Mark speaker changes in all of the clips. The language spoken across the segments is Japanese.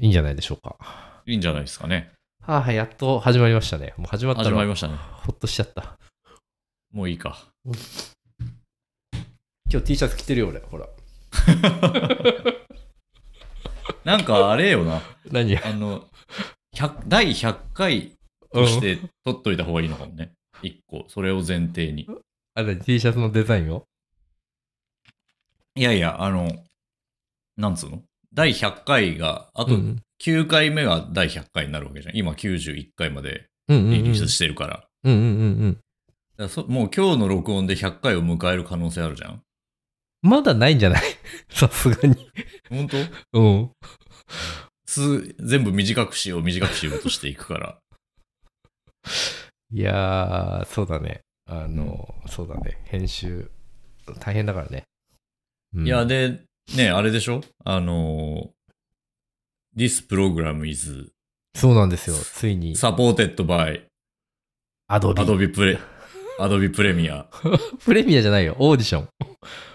Speaker 1: いいんじゃないでしょうか。
Speaker 2: いいんじゃないですかね。
Speaker 1: はあ、やっと始まりましたね。もう始まった
Speaker 2: 始
Speaker 1: ら
Speaker 2: まり
Speaker 1: ほ
Speaker 2: ましたね。
Speaker 1: っとしちゃった。
Speaker 2: もういいか。
Speaker 1: 今日 T シャツ着てるよ、俺。ほら。
Speaker 2: なんかあれよな。
Speaker 1: 何や。
Speaker 2: あの、100第100回として撮っといた方がいいのかもね。一個、それを前提に。
Speaker 1: あれ、T シャツのデザインを
Speaker 2: いやいや、あの、なんつうの第100回が、あと
Speaker 1: うん
Speaker 2: 9回目が第100回になるわけじゃん。今91回まで
Speaker 1: うんうん
Speaker 2: リ
Speaker 1: うん。
Speaker 2: リースしてるから。だか
Speaker 1: うんうんうんうん。
Speaker 2: らそもう今日の録音で100回を迎える可能性あるじゃん。
Speaker 1: まだないんじゃない さすがに。
Speaker 2: 本当
Speaker 1: うん。
Speaker 2: す全部短くしよう、短くしようとしていくから。
Speaker 1: いやー、そうだね。あの、そうだね。編集、大変だからね。うん
Speaker 2: いや、で、ね、あれでしょあのー、This program is
Speaker 1: そうなんですよ。ついに、
Speaker 2: supported by
Speaker 1: アドビ。
Speaker 2: Adobe Pre- Adobe Premiere。
Speaker 1: プレミアじゃないよ。オーディション。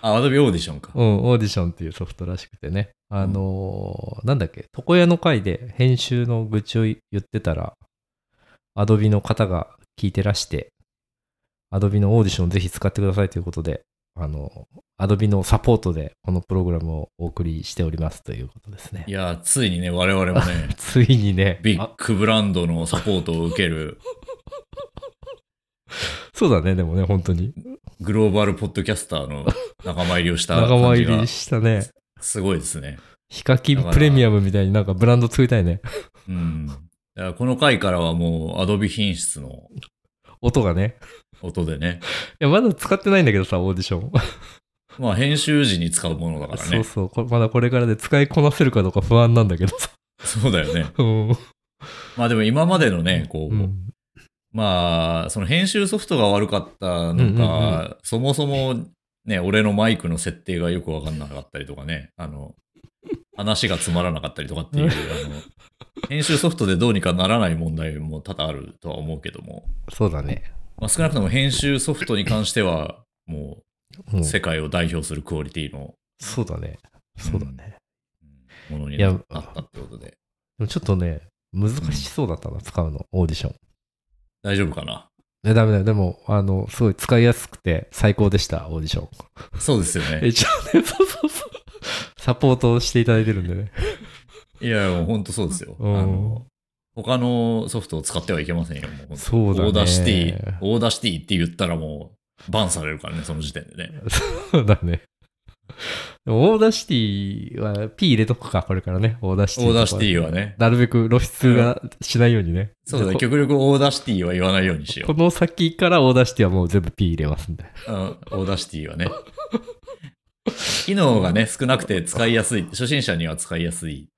Speaker 2: あ、Adobe Audition か
Speaker 1: う。ん、オーディションっていうソフトらしくてね。あのーなんだっけ、床屋の会で編集の愚痴を言ってたら、アドビの方が聞いてらして、アドビのオーディションをぜひ使ってくださいということで、あの、アドビのサポートでこのプログラムをお送りしておりますということですね、
Speaker 2: い。やー、ついにね、我々もね
Speaker 1: ついにね、
Speaker 2: ビ
Speaker 1: あ
Speaker 2: ッグブランドのサポートを受ける
Speaker 1: そうだね、でもね、本当に。
Speaker 2: グローバルポッドキャスターの仲間入りをした
Speaker 1: 仲間
Speaker 2: 感じ
Speaker 1: 入
Speaker 2: が
Speaker 1: りしたね。
Speaker 2: すごいですね。
Speaker 1: ヒカキンプレミアムみたいになんかブランド作りたいね。
Speaker 2: うん。だからこの回からはもう Adobe 品質の
Speaker 1: 音がね。
Speaker 2: 音でね、
Speaker 1: いや、まだ使ってないんだけどさ、オーディション。
Speaker 2: まあ編集時に使うものだから
Speaker 1: そう
Speaker 2: ね。
Speaker 1: そうこれまだこれからで使いこなせるかどうか不安なんだけどさ。
Speaker 2: そうだよね。
Speaker 1: うん
Speaker 2: まあでも今までのね、こう、
Speaker 1: うん
Speaker 2: まあ、その編集ソフトが悪かった
Speaker 1: うん
Speaker 2: のか、
Speaker 1: うんうん
Speaker 2: そもそもね、俺のマイクの設定がよくわかんなかったりとかね、あの、話がつまらなかったりとかっていう、あの、編集ソフトでどうにかならない問題も多々あるとは思うけども、
Speaker 1: そうだね。
Speaker 2: まあ、少なくとも編集ソフトに関しては、も
Speaker 1: う
Speaker 2: うん世界を代表するクオリティの
Speaker 1: そうだね。そうだね。
Speaker 2: ものに
Speaker 1: いや
Speaker 2: なったってことで、
Speaker 1: でもちょっとね、難しそうだったな、使うの、オーディション。
Speaker 2: 大丈夫かな
Speaker 1: えダメだよ。でも、あの、すごい使いやすくて最高でした、オーディション。
Speaker 2: そうですよね。
Speaker 1: 一応ね、そうそうそう。サポートをしていただいてるんでね。
Speaker 2: いや、もう本当そうですよ。あ
Speaker 1: うん
Speaker 2: の他のソフトを使ってはいけませんよ。もう本当
Speaker 1: そうだね
Speaker 2: オーダーシティ、オーダーシティって言ったらもう、バンされるからね、その時点でね。
Speaker 1: そうだね。でも、オーダーシティは P 入れとくか、これからね。オーダーシティと
Speaker 2: オー
Speaker 1: か。
Speaker 2: ダーシティはね。
Speaker 1: なるべく露出がしないようにね。
Speaker 2: そうだね、
Speaker 1: こ
Speaker 2: 極力オーダーシティは言わないように しよ
Speaker 1: この先からオーダーシティはもう全部 P 入れますんで。
Speaker 2: う。うんオーダーシティはね。機能がね、少なくて使いやすい。初心者には使いやすい。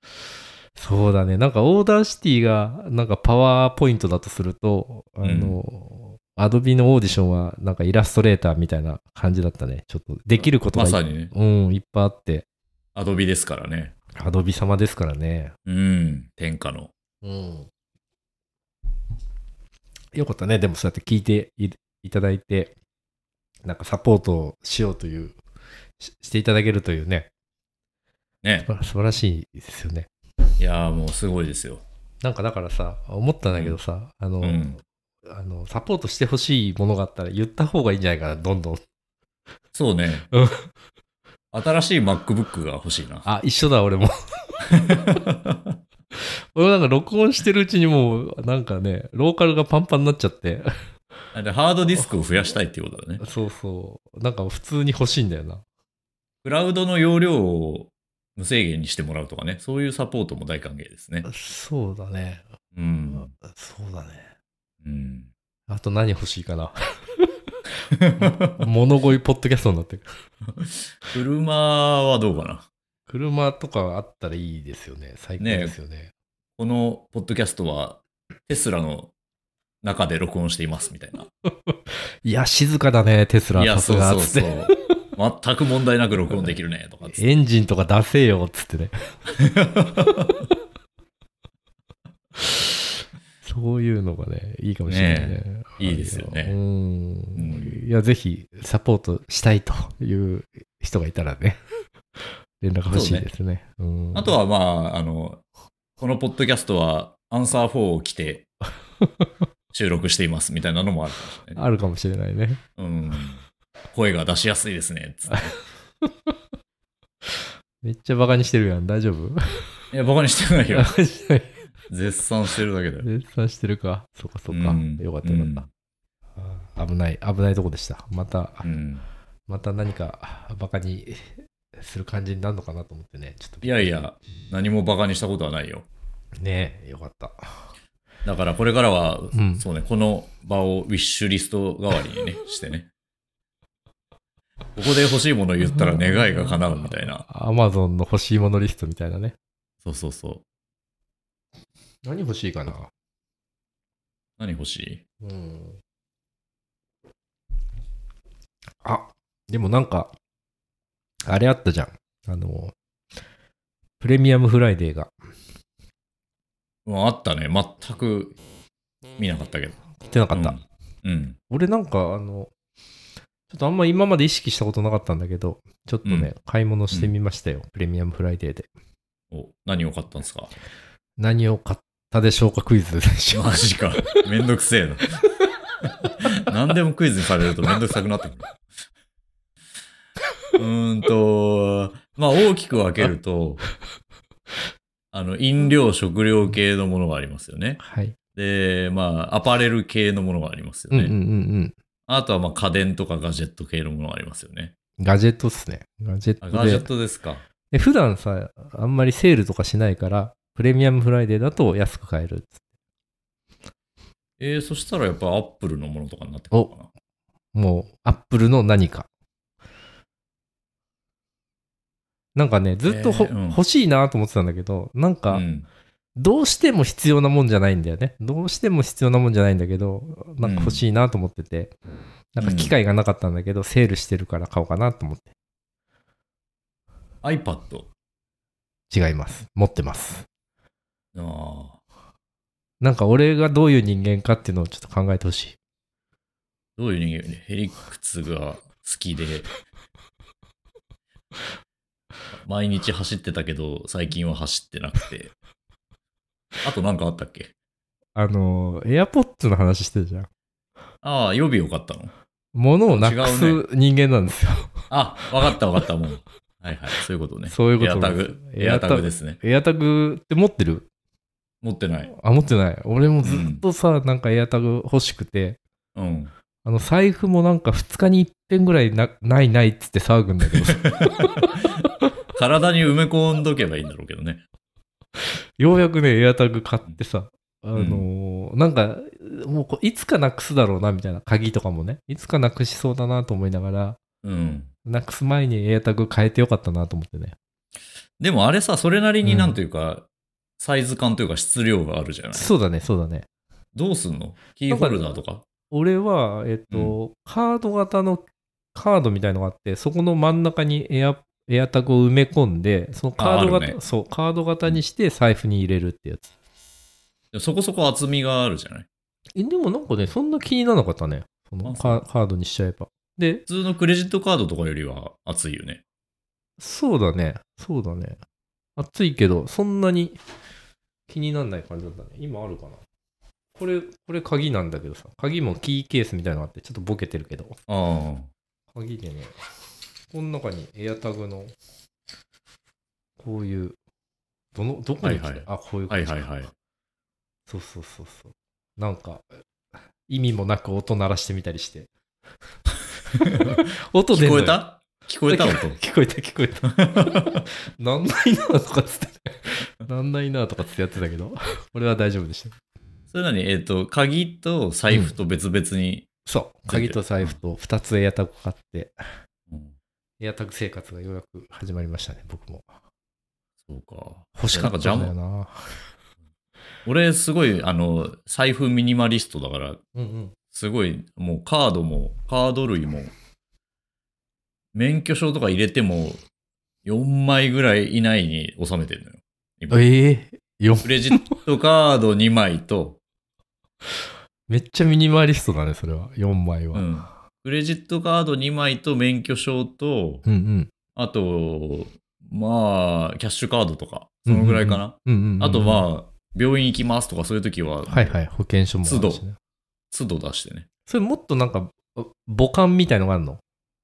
Speaker 1: そうだね。なんかオーダーシティがなんかパワーポイントだとすると、あの、アドビのオーディションはなんかイラストレーターみたいな感じだったね。ちょっとできること
Speaker 2: ま
Speaker 1: がい,、
Speaker 2: さにね、
Speaker 1: うん、いっぱいあって、
Speaker 2: アドビですからね。
Speaker 1: アドビ様ですからね。
Speaker 2: うん、天下の。
Speaker 1: うん。よかったね。でもそうやって聞いていいただいて、なんかサポートをしようという、ししていただけるというね、
Speaker 2: ね。
Speaker 1: 素晴らしいですよね。
Speaker 2: いやーもうすごいですよ。
Speaker 1: なんかだからさ、思ったんだけどさ、あの、
Speaker 2: うん。
Speaker 1: あの、サポートしてほしいものがあったら言った方がいいんじゃないかな、どんどん。
Speaker 2: そうね
Speaker 1: うん。
Speaker 2: 新しい MacBook が欲しいな。
Speaker 1: あ、一緒だ、俺 も。俺なんか録音してるうちにもう、なんかね、ローカルがパンパンになっちゃって。
Speaker 2: あでハードディスクを増やしたいっていう ことだね。
Speaker 1: そうそう。なんか普通に欲しいんだよな。
Speaker 2: クラウドの容量を無制限にしてもらうとかね、そういうサポートも大歓迎ですね。
Speaker 1: そうだね。
Speaker 2: うん。
Speaker 1: そうだね。
Speaker 2: うん、
Speaker 1: あと何欲しいかな。物乞いポッドキャストになってる。
Speaker 2: 車はどうかな
Speaker 1: 車とかあったらいいですよね。最高
Speaker 2: ねえ
Speaker 1: ですよね。
Speaker 2: このポッドキャストはテスラの中で録音していますみたい な。
Speaker 1: いや、静かだね、テスラ。
Speaker 2: いや、
Speaker 1: さす
Speaker 2: そう
Speaker 1: が
Speaker 2: そう
Speaker 1: つっ
Speaker 2: そ
Speaker 1: て
Speaker 2: う。全く問題なく録音できるねとかっつって
Speaker 1: エンジンとか出せよ、つ ってね。そういうのがね、いいかもしれないね。
Speaker 2: えいいですよね
Speaker 1: あるう
Speaker 2: うん
Speaker 1: ん。いや、ぜひ、サポートしたいという 人がいたらね、連絡欲しいですね。うん
Speaker 2: あとはまあ、あの、このポッドキャストはアンサー4を 着て収録していますみたいなのもあるかもしれないね。
Speaker 1: あるかもしれないね。
Speaker 2: うん。声が出しやすいですね。つって
Speaker 1: めっちゃバカにしてるやん。大丈夫
Speaker 2: いや、バカにしてないよ
Speaker 1: バ。カに してない
Speaker 2: 絶賛してるだけだよ。
Speaker 1: 絶賛してるか。そっかそっか。
Speaker 2: うん
Speaker 1: よかったよかった。あー危ない、危ないとこでした。また、
Speaker 2: うん。
Speaker 1: また何かバカにする感じになるのかなと思ってね。ちょっと
Speaker 2: いやいや、何もバカにしたことはないよ。
Speaker 1: ねえ、よかった。
Speaker 2: だからこれからは、
Speaker 1: ん
Speaker 2: そうね、この場をウィッシュリスト代わ りにね、してね。ここで欲しいものを言ったら願いが叶うみたいな。
Speaker 1: アマゾンの欲しいものリストみたいなね。
Speaker 2: そうそうそう。
Speaker 1: 何欲しいかな
Speaker 2: 何欲しい
Speaker 1: うん。あ、でもなんか、あれあったじゃん。あの、プレミアムフライデーが。
Speaker 2: うんあったね。全く見なかったけど。
Speaker 1: 来てなかった。
Speaker 2: うん。うん。
Speaker 1: 俺なんか、あの、ちょっとあんま今まで意識したことなかったんだけど、ちょっとね、
Speaker 2: うん
Speaker 1: 買い物してみましたよ。プレミアムフライデーで。
Speaker 2: お何を買ったんですか
Speaker 1: 何を買ったでしょうかクイズでしょ。
Speaker 2: マジか。めんどくせえな。何でもクイズにされるとめんどくさくなってくる。うーんと、まあ大きく分けると、あの、飲料、食料系のものがありますよね。
Speaker 1: はい。
Speaker 2: で、まあ、アパレル系のものがありますよ
Speaker 1: うん
Speaker 2: ね。
Speaker 1: うんうん
Speaker 2: あとは、まあ、家電とかガジェット系のものがありますよね。
Speaker 1: うん。ガジェットっすね。ガジェッ
Speaker 2: あ
Speaker 1: ト
Speaker 2: ガジェッ
Speaker 1: で。
Speaker 2: トですか。
Speaker 1: で普段さ、あんまりセールとかしないから、プレミアムフライデーだと安く買えるっつって。
Speaker 2: えー、そしたらやっぱアップルのものとかになってくるかな。
Speaker 1: もう、アップルの何か。なんかね、ずっとほ、
Speaker 2: えーうん
Speaker 1: 欲しいなと思ってたんだけど、なんか、
Speaker 2: うん。
Speaker 1: どうしても必要なもんじゃないんだよね。どうしても必要なもんじゃないんだけど、なんか欲しいなと思ってて、なんか機会がなかったんだけど、セールしてるから買おうかなと思って。
Speaker 2: iPad。
Speaker 1: 違います。持ってます。
Speaker 2: ああ。
Speaker 1: なんか俺がどういう人間かっていうのをちょっと考えてほしい。
Speaker 2: どういう人間ねヘリクツが好きで、毎日走ってたけど、最近は走ってなくて。あとなんかあったっけ
Speaker 1: あのー、AirPods の話してるじゃん。
Speaker 2: ああ、予備よかったの
Speaker 1: 物をなくす
Speaker 2: 違
Speaker 1: 人間なんですよ。
Speaker 2: あ、わかったわかった、もう。はいはい、そういうことね。
Speaker 1: そういうこと
Speaker 2: エアタグ、エアタグですね。
Speaker 1: エアタグって持ってる
Speaker 2: 持ってない。
Speaker 1: あ、持ってない。俺もずっとさ、なんかエアタグ欲しくて、
Speaker 2: うん。
Speaker 1: あの財布もなんか2日に一遍ぐらいなないないっつって騒ぐんだけど、
Speaker 2: 体に埋め込んどけばいいんだろうけどね。
Speaker 1: ようやくね、エアタグ買ってさ、あのーなんか、もうこういつかなくすだろうなみたいな、鍵とかもね、いつかなくしそうだなと思いながら、
Speaker 2: うん。
Speaker 1: なくす前にエアタグ変えてよかったなと思ってね。
Speaker 2: でもあれさ、それなりに
Speaker 1: うん
Speaker 2: なんというか、サイズ感というか質量があるじゃない。
Speaker 1: そうだね、そうだね。
Speaker 2: どうすんのキーホルダーとか
Speaker 1: 俺は、えっと、カード型のカードみたいのがあって、そこの真ん中にエア、エアタグを埋め込んで、そのカード
Speaker 2: あある
Speaker 1: 型、
Speaker 2: ね
Speaker 1: そう、カード型にして財布に入れるってやつ。
Speaker 2: そこそこ厚みがあるじゃない
Speaker 1: え、でもなんかね、そんな気にならなかったね。その
Speaker 2: あ
Speaker 1: カカードにしちゃえば。で、
Speaker 2: 普通のクレジットカードとかよりは厚いよね。
Speaker 1: そうだね、そうだね。暑いけど、そんなに気にならない感じだったね。今あるかな。これ、これ鍵なんだけどさ、鍵もキーケースみたいなのがあって、ちょっとボケてるけど。
Speaker 2: ああ。
Speaker 1: 鍵でね、この中にエアタグの、こういう、どの、どこに来て、
Speaker 2: はいはい
Speaker 1: あ、こういう
Speaker 2: は
Speaker 1: 感
Speaker 2: い
Speaker 1: じか
Speaker 2: はいはい。
Speaker 1: そうそうそうそう。なんか、意味もなく音鳴らしてみたり して。音出
Speaker 2: 聞
Speaker 1: んの
Speaker 2: こ
Speaker 1: よ
Speaker 2: えた聞こえた音。
Speaker 1: 聞こえた聞こえた。 なんないなとかっつって。なんないなとかっつってやってたけど、俺は大丈夫でした。
Speaker 2: それなに、えっ、と、鍵と財布と別々に。
Speaker 1: そう、鍵と財布と2つエアタグ買って、
Speaker 2: うん
Speaker 1: エアタグ生活がようやく始まりましたね、僕も。
Speaker 2: そうか。
Speaker 1: 欲しかったん
Speaker 2: な
Speaker 1: だよ
Speaker 2: んか
Speaker 1: な。
Speaker 2: 俺、すごい、あの、財布ミニマリストだから、
Speaker 1: うんうん。
Speaker 2: すごい、もうカードも、カード類も、免許証とか入れても、4枚ぐらい以内に収めてるのよ。今
Speaker 1: ええよ
Speaker 2: クレジットカード2枚と、
Speaker 1: めっちゃミニマリストだね、それは。4枚は。
Speaker 2: う
Speaker 1: うん
Speaker 2: んクレジットカード2枚と免許証と、
Speaker 1: うん。
Speaker 2: あと、まあ、キャッシュカードとか、そのぐらいかな。
Speaker 1: うんうんうん
Speaker 2: あとまあ、病院行きますとかそういう時は、
Speaker 1: はいはい、保険証もあるしね、
Speaker 2: 都都度出してね。
Speaker 1: それもっとなんか、ぼ母艦みたいのがあるの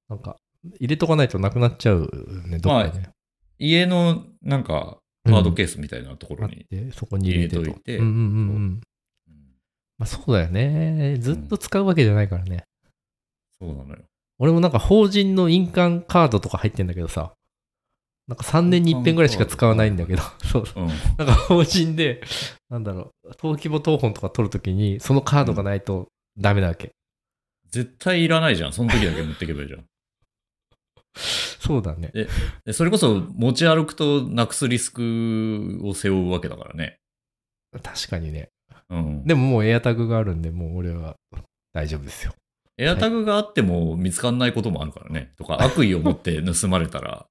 Speaker 1: なんか、入れとかないとなくなっちゃうね、どっかにね。
Speaker 2: 家のなんか、カードケースみたいなとこ
Speaker 1: あ
Speaker 2: ろ
Speaker 1: っ
Speaker 2: に。
Speaker 1: て、そこに入れてと
Speaker 2: 入れといて
Speaker 1: うんうんうんうん。まあそうだよね。ずっと使うわけじゃないからね。
Speaker 2: そうなのよ。
Speaker 1: 俺もなんか法人の印鑑カードとか入ってんだけどさ、なんか3年に1遍ぐらいしか使わないんだけど、そう、
Speaker 2: うん。
Speaker 1: なんか法人で、なんだろう、登記簿謄本とか取るときに、そのカードがないとダメなわけ。
Speaker 2: 絶対いらないじゃん。その時だけ持ってけばいいじゃん。
Speaker 1: そうだね。
Speaker 2: でそれこそ持ち歩くとなくすリスクを背負うわけだからね。
Speaker 1: 確かにね。
Speaker 2: うん。
Speaker 1: でももうエアタグがあるんで、もう俺は大丈夫ですよ。
Speaker 2: エアタグがあっても見つかんないこともあるからね。とか、悪意を持って盗まれたら、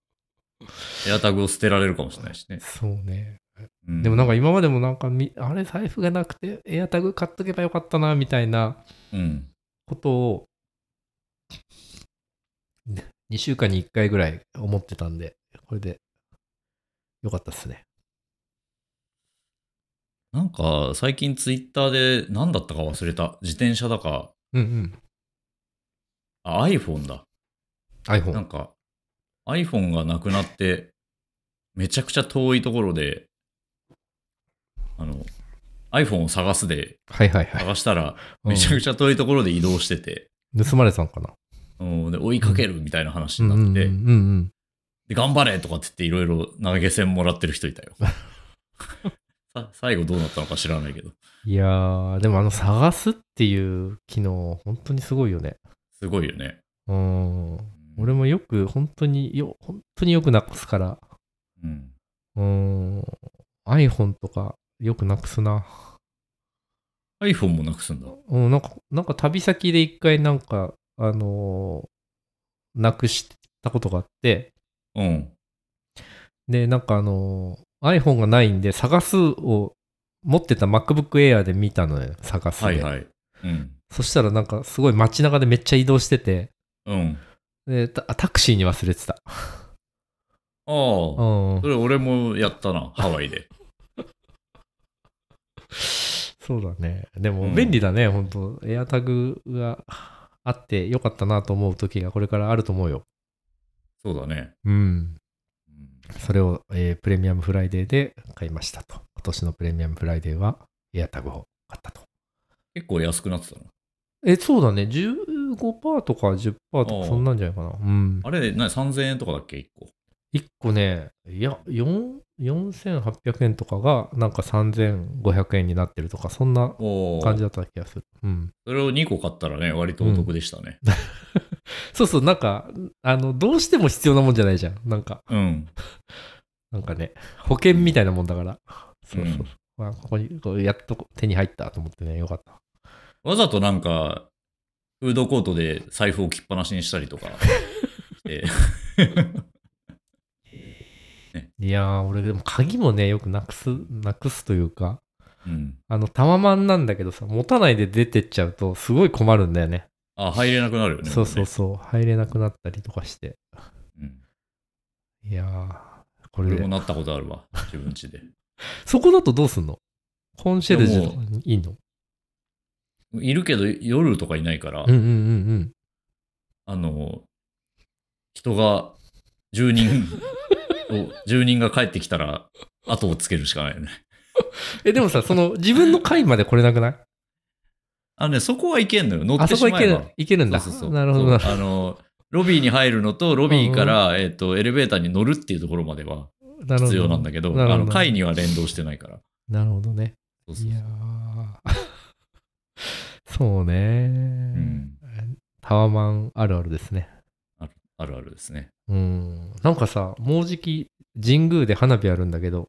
Speaker 2: エアタグを捨てられるかもしれないしね。
Speaker 1: そうね。
Speaker 2: うん
Speaker 1: でもなんか今までもなんかみ、あれ財布がなくてエアタグ買っとけばよかったな、みたいな
Speaker 2: うん。
Speaker 1: ことを、2週間に1回ぐらい思ってたんで、これで、よかったっすね。
Speaker 2: なんか、最近ツイッターで何だったか忘れた。自転車だか、
Speaker 1: うんうん。
Speaker 2: あ、iPhone だ。な
Speaker 1: iPhone。
Speaker 2: んか、iPhone がなくなって、めちゃくちゃ遠いところで、あの、iPhone を探すで、
Speaker 1: はいはいはい。
Speaker 2: 探し たら、めちゃくちゃ遠いところで移動してて、
Speaker 1: うん盗まれたんかな。
Speaker 2: うん、で追いかけるみたいな話になって、
Speaker 1: うんうんうん
Speaker 2: で頑張れとかって言っていろいろ投げ銭もらってる人 いたよ。さ最後どうなったのか知らないけど、
Speaker 1: うん。いやー、でもあの、探すっていう機能、本当にすごいよね。
Speaker 2: すごいよね。
Speaker 1: うん。俺もよく、本当に、よ、本当によくなくすから。
Speaker 2: うん、
Speaker 1: うん。iPhone とか、よくなくすな。
Speaker 2: iPhone もなくすんだ。
Speaker 1: うん、なんか、なんか旅先で一回なんか、あのーなくしたことがあって、
Speaker 2: うん。
Speaker 1: で、なんかあのー iPhone がないんで、探すを持ってた MacBook Air で見たのよ、探すで。
Speaker 2: はいはい。うん。
Speaker 1: そしたらなんかすごい街中でめっちゃ移動してて、
Speaker 2: うん。
Speaker 1: でタタクシーに忘れてた。
Speaker 2: あ
Speaker 1: う
Speaker 2: あ、
Speaker 1: ん
Speaker 2: そ。れ俺もやっ たな、ハワイで。
Speaker 1: そうだね。で
Speaker 2: う
Speaker 1: も
Speaker 2: ん
Speaker 1: 便利だね、ほん、本当エアタグがあってよかったなと思う時がこれからあると思うよ。
Speaker 2: そうだね。
Speaker 1: うん。
Speaker 2: うん
Speaker 1: それを、えープレミアムフライデーで買いましたと。今年のプレミアムフライデーはエアタグを買ったと。
Speaker 2: 結構安くなってたの。
Speaker 1: え、そうだね。15%とか10%と
Speaker 2: お
Speaker 1: か
Speaker 2: う
Speaker 1: そんなんじゃないかな。うん。
Speaker 2: あれ、な3000円とかだっけ、1個。
Speaker 1: 1個ね、いや、4 4800円とかがなんか3500円になってるとか、そんな
Speaker 2: おお。
Speaker 1: 感じだった気がする。うん。
Speaker 2: それを2個買ったらね、割とお得でしたね。
Speaker 1: そうそう、なんか、あの、どうしても必要なもんじゃないじゃん。なんか、
Speaker 2: うん。
Speaker 1: なんかね、保険みたいなもんだから。そううそうそう。
Speaker 2: ん
Speaker 1: まあ、ここに、こうやっと手に入ったと思ってね、よかった。
Speaker 2: わざとなんか、フードコートで財布を置きっぱなしにしたりと かして、
Speaker 1: いやー、俺でも鍵もね、よくなくす、なくすというか、
Speaker 2: うん。
Speaker 1: あの、タワマンなんだけどさ、持たないで出てっちゃうと、すごい困るんだよね。
Speaker 2: あ、入れなくなるよね。
Speaker 1: そうそう
Speaker 2: も
Speaker 1: そう、入れなくなったりとかして。
Speaker 2: うね。うん
Speaker 1: いやー、これ
Speaker 2: 俺
Speaker 1: で
Speaker 2: も。なったことあるわ、自分家で。
Speaker 1: そこだとどうすんのコンシェルジュとか
Speaker 2: い
Speaker 1: にいんの
Speaker 2: いるけど、夜とかいないから、
Speaker 1: うんうんうん
Speaker 2: あの、人が、住人を、住人が帰ってきたら、後をつけるしかないよね。
Speaker 1: うん。え、でも さ、その、自分の階まで来れなくない
Speaker 2: あのね、そこはいけんのよ。乗っ
Speaker 1: あ
Speaker 2: て
Speaker 1: そ
Speaker 2: し
Speaker 1: こ
Speaker 2: まえ
Speaker 1: 行
Speaker 2: ば。
Speaker 1: ける行けるんだ。
Speaker 2: そうそうそう
Speaker 1: なるほどなるほ
Speaker 2: そうあの、ロビーに入るのと、ロビーから、えっ、と、エレベーターに乗るっていうところまでは
Speaker 1: ど。なるほど
Speaker 2: 必要なんだけど、
Speaker 1: なる
Speaker 2: あ
Speaker 1: ほ
Speaker 2: の、
Speaker 1: ど
Speaker 2: 階には連動してないから。
Speaker 1: なるほどね。
Speaker 2: そうそう
Speaker 1: い
Speaker 2: そう
Speaker 1: やー そうね、
Speaker 2: うん。
Speaker 1: タワマンあるあるですね。
Speaker 2: あるあるですね。
Speaker 1: うん。なんかさ、もうじき神宮で花火あるんだけど、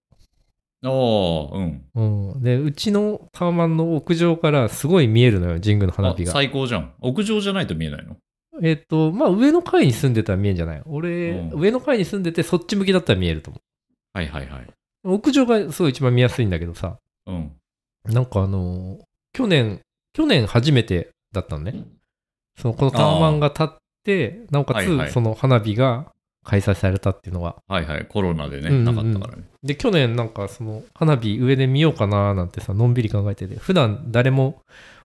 Speaker 2: ああ、うん。
Speaker 1: うん。で、うちのタワマンの屋上からすごい見えるのよ、神宮の花
Speaker 2: あ
Speaker 1: 火が。
Speaker 2: 最高じゃん。屋上じゃないと見えないの
Speaker 1: えっ、と、まあ、上の階に住んでたら見えんじゃない俺、
Speaker 2: うん
Speaker 1: 上の階に住んでて、そっち向きだったら見えると思
Speaker 2: はいはいはい。
Speaker 1: う。屋上がすごい一番見やすいんだけどさ、
Speaker 2: うん。
Speaker 1: なんかあのー去年、去年初めてだったのね。その、このタワマンが立って、なおか
Speaker 2: はいは
Speaker 1: つ、
Speaker 2: い
Speaker 1: その花火が開催されたっていうのが。
Speaker 2: はいはい、コロナでね、
Speaker 1: うんうんう
Speaker 2: なんかったからね。
Speaker 1: で、去年なんかその花火上で見ようかななんてさ、のんびり考えてて、普段誰も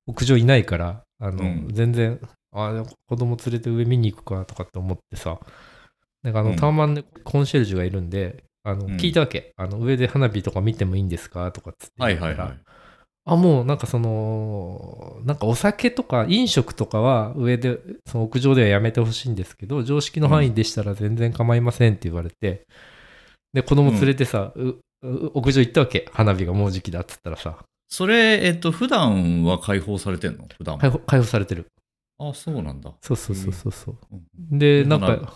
Speaker 1: 屋上いないから、あの、
Speaker 2: うん
Speaker 1: 全然、あでも子供連れて上見に行くかとかって思ってさ、なんかあ
Speaker 2: う
Speaker 1: の、
Speaker 2: ん
Speaker 1: タワマンでコンシェルジュがいるんで、あの
Speaker 2: うん
Speaker 1: 聞いたわけ、あの上で花火とか見てもいいんですかとかっつって。
Speaker 2: はいはいはい。
Speaker 1: あもうなんかそのなんかお酒とか飲食とかは上でその屋上ではやめてほしいんですけど常識の範囲でしたら全然構いませんって言われて、で子供連れてさ、うう屋上行ったわけ花火がもう時期だっつったらさ
Speaker 2: それ、えっと、普段は解放されてんの普段は
Speaker 1: 解放解放されてる
Speaker 2: あ、そうなんだ。
Speaker 1: そうそうそうそうそう、
Speaker 2: うん
Speaker 1: でなん
Speaker 2: そうだ
Speaker 1: か、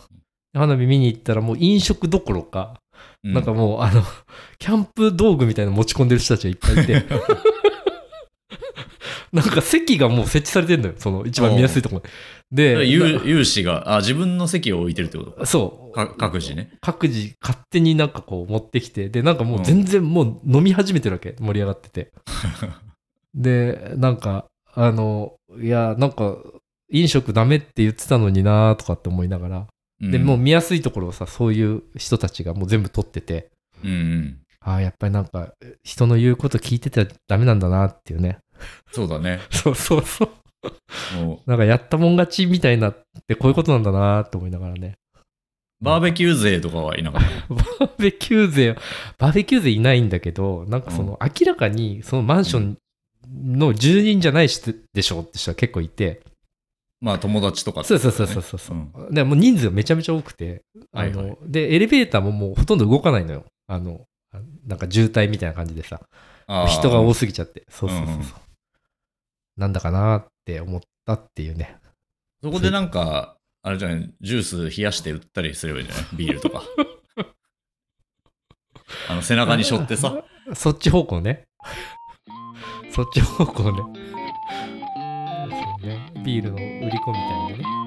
Speaker 1: 花火見に行ったらもう飲食どころか、
Speaker 2: う
Speaker 1: なんかもうあの キャンプ道具みたいなの持ち込んでる人たちがいっぱいい てなんか席がもう設置されてんのよその一番見やすいところでで
Speaker 2: 有有志があ自分の席を置いてるってことか
Speaker 1: そう。
Speaker 2: か各自ね。
Speaker 1: 各自勝手になんかこう持ってきて、で、なんかもう全然もう飲み始めてるわけ、盛り上がって て。で、なんか、あの、いや、なんか、飲食ダメって言ってたのになーとかって思いながら、で、
Speaker 2: ん
Speaker 1: もう、見やすいところをさ、そういう人たちがもう全部取ってて、
Speaker 2: うんうん、
Speaker 1: ああ、やっぱりなんか、人の言うこと聞いててはダメなんだなっていうね。
Speaker 2: そうだね。
Speaker 1: そうそうそう。
Speaker 2: も
Speaker 1: なんか、やったもん勝ちみたいなって、こういうことなんだなーって思いながらね。
Speaker 2: うバーベキュー勢とかはいなかった。
Speaker 1: バーベキュー勢、バーベキュー勢いないんだけど、なんかその明らかにそのマンションの住人じゃない人でしょって人は結構いて、
Speaker 2: まあ友達とか、
Speaker 1: そうそうそうそうそう
Speaker 2: う
Speaker 1: そ
Speaker 2: ん
Speaker 1: う。でもう人数がめちゃめちゃ多くて、あの、
Speaker 2: はいはい
Speaker 1: で、エレベーターももうほとんど動かないのよ。あの、なんか渋滞みたいな感じでさ、
Speaker 2: あー
Speaker 1: 人が多すぎちゃって、そうそうそうそう。
Speaker 2: うんうん
Speaker 1: なんだかなって思ったっていうね。
Speaker 2: そこでなんか、あれじゃない、ジュース冷やして売ったりすればいいんじゃないビール とか。あの背中に背負ってさ。
Speaker 1: そっち方向ね。そっち方向ね。そうねビールの売り子みたいなね。